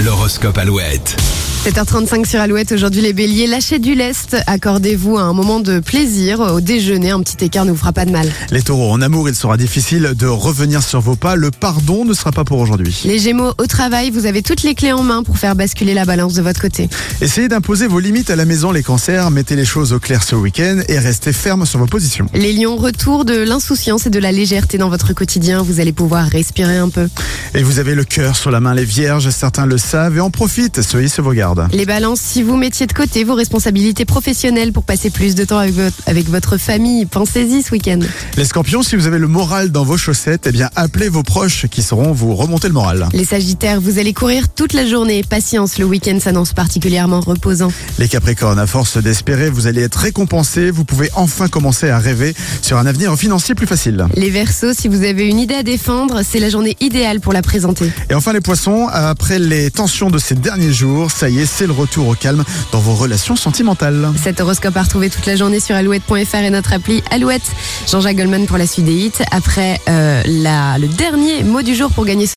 L'horoscope Alouette. 7h35 sur Alouette, aujourd'hui les béliers, lâchez du lest, accordez-vous à un moment de plaisir, au déjeuner, un petit écart ne vous fera pas de mal. Les taureaux, en amour, il sera difficile de revenir sur vos pas. Le pardon ne sera pas pour aujourd'hui. Les gémeaux, au travail, vous avez toutes les clés en main pour faire basculer la balance de votre côté. Essayez d'imposer vos limites à la maison, les cancers. Mettez les choses au clair ce week-end et restez ferme sur vos positions. Les lions, retour de l'insouciance et de la légèreté dans votre quotidien, vous allez pouvoir respirer un peu. Et vous avez le cœur sur la main, les vierges. Certains le savent et en profitent. Soyez sur vos gardes. Les balances, si vous mettiez de côté vos responsabilités professionnelles pour passer plus de temps avec votre, avec votre famille, pensez-y ce week-end. Les scorpions, si vous avez le moral dans vos chaussettes, eh bien, appelez vos proches qui sauront vous remonter le moral. Les sagittaires, vous allez courir toute la journée, patience, le week-end s'annonce particulièrement reposant. Les capricornes, à force d'espérer, vous allez être récompensés. Vous pouvez enfin commencer à rêver sur un avenir financier plus facile. Les versos, si vous avez une idée à défendre, c'est la journée idéale pour la présenter. Et enfin, les poissons, après les tensions de ces derniers jours, ça y est, c'est le retour au calme dans vos relations sentimentales. Cet horoscope à retrouver toute la journée sur alouette.fr et notre appli Alouette. Jean-Jacques Goldman pour la suite des hits. Après euh, la- le dernier mot du jour pour gagner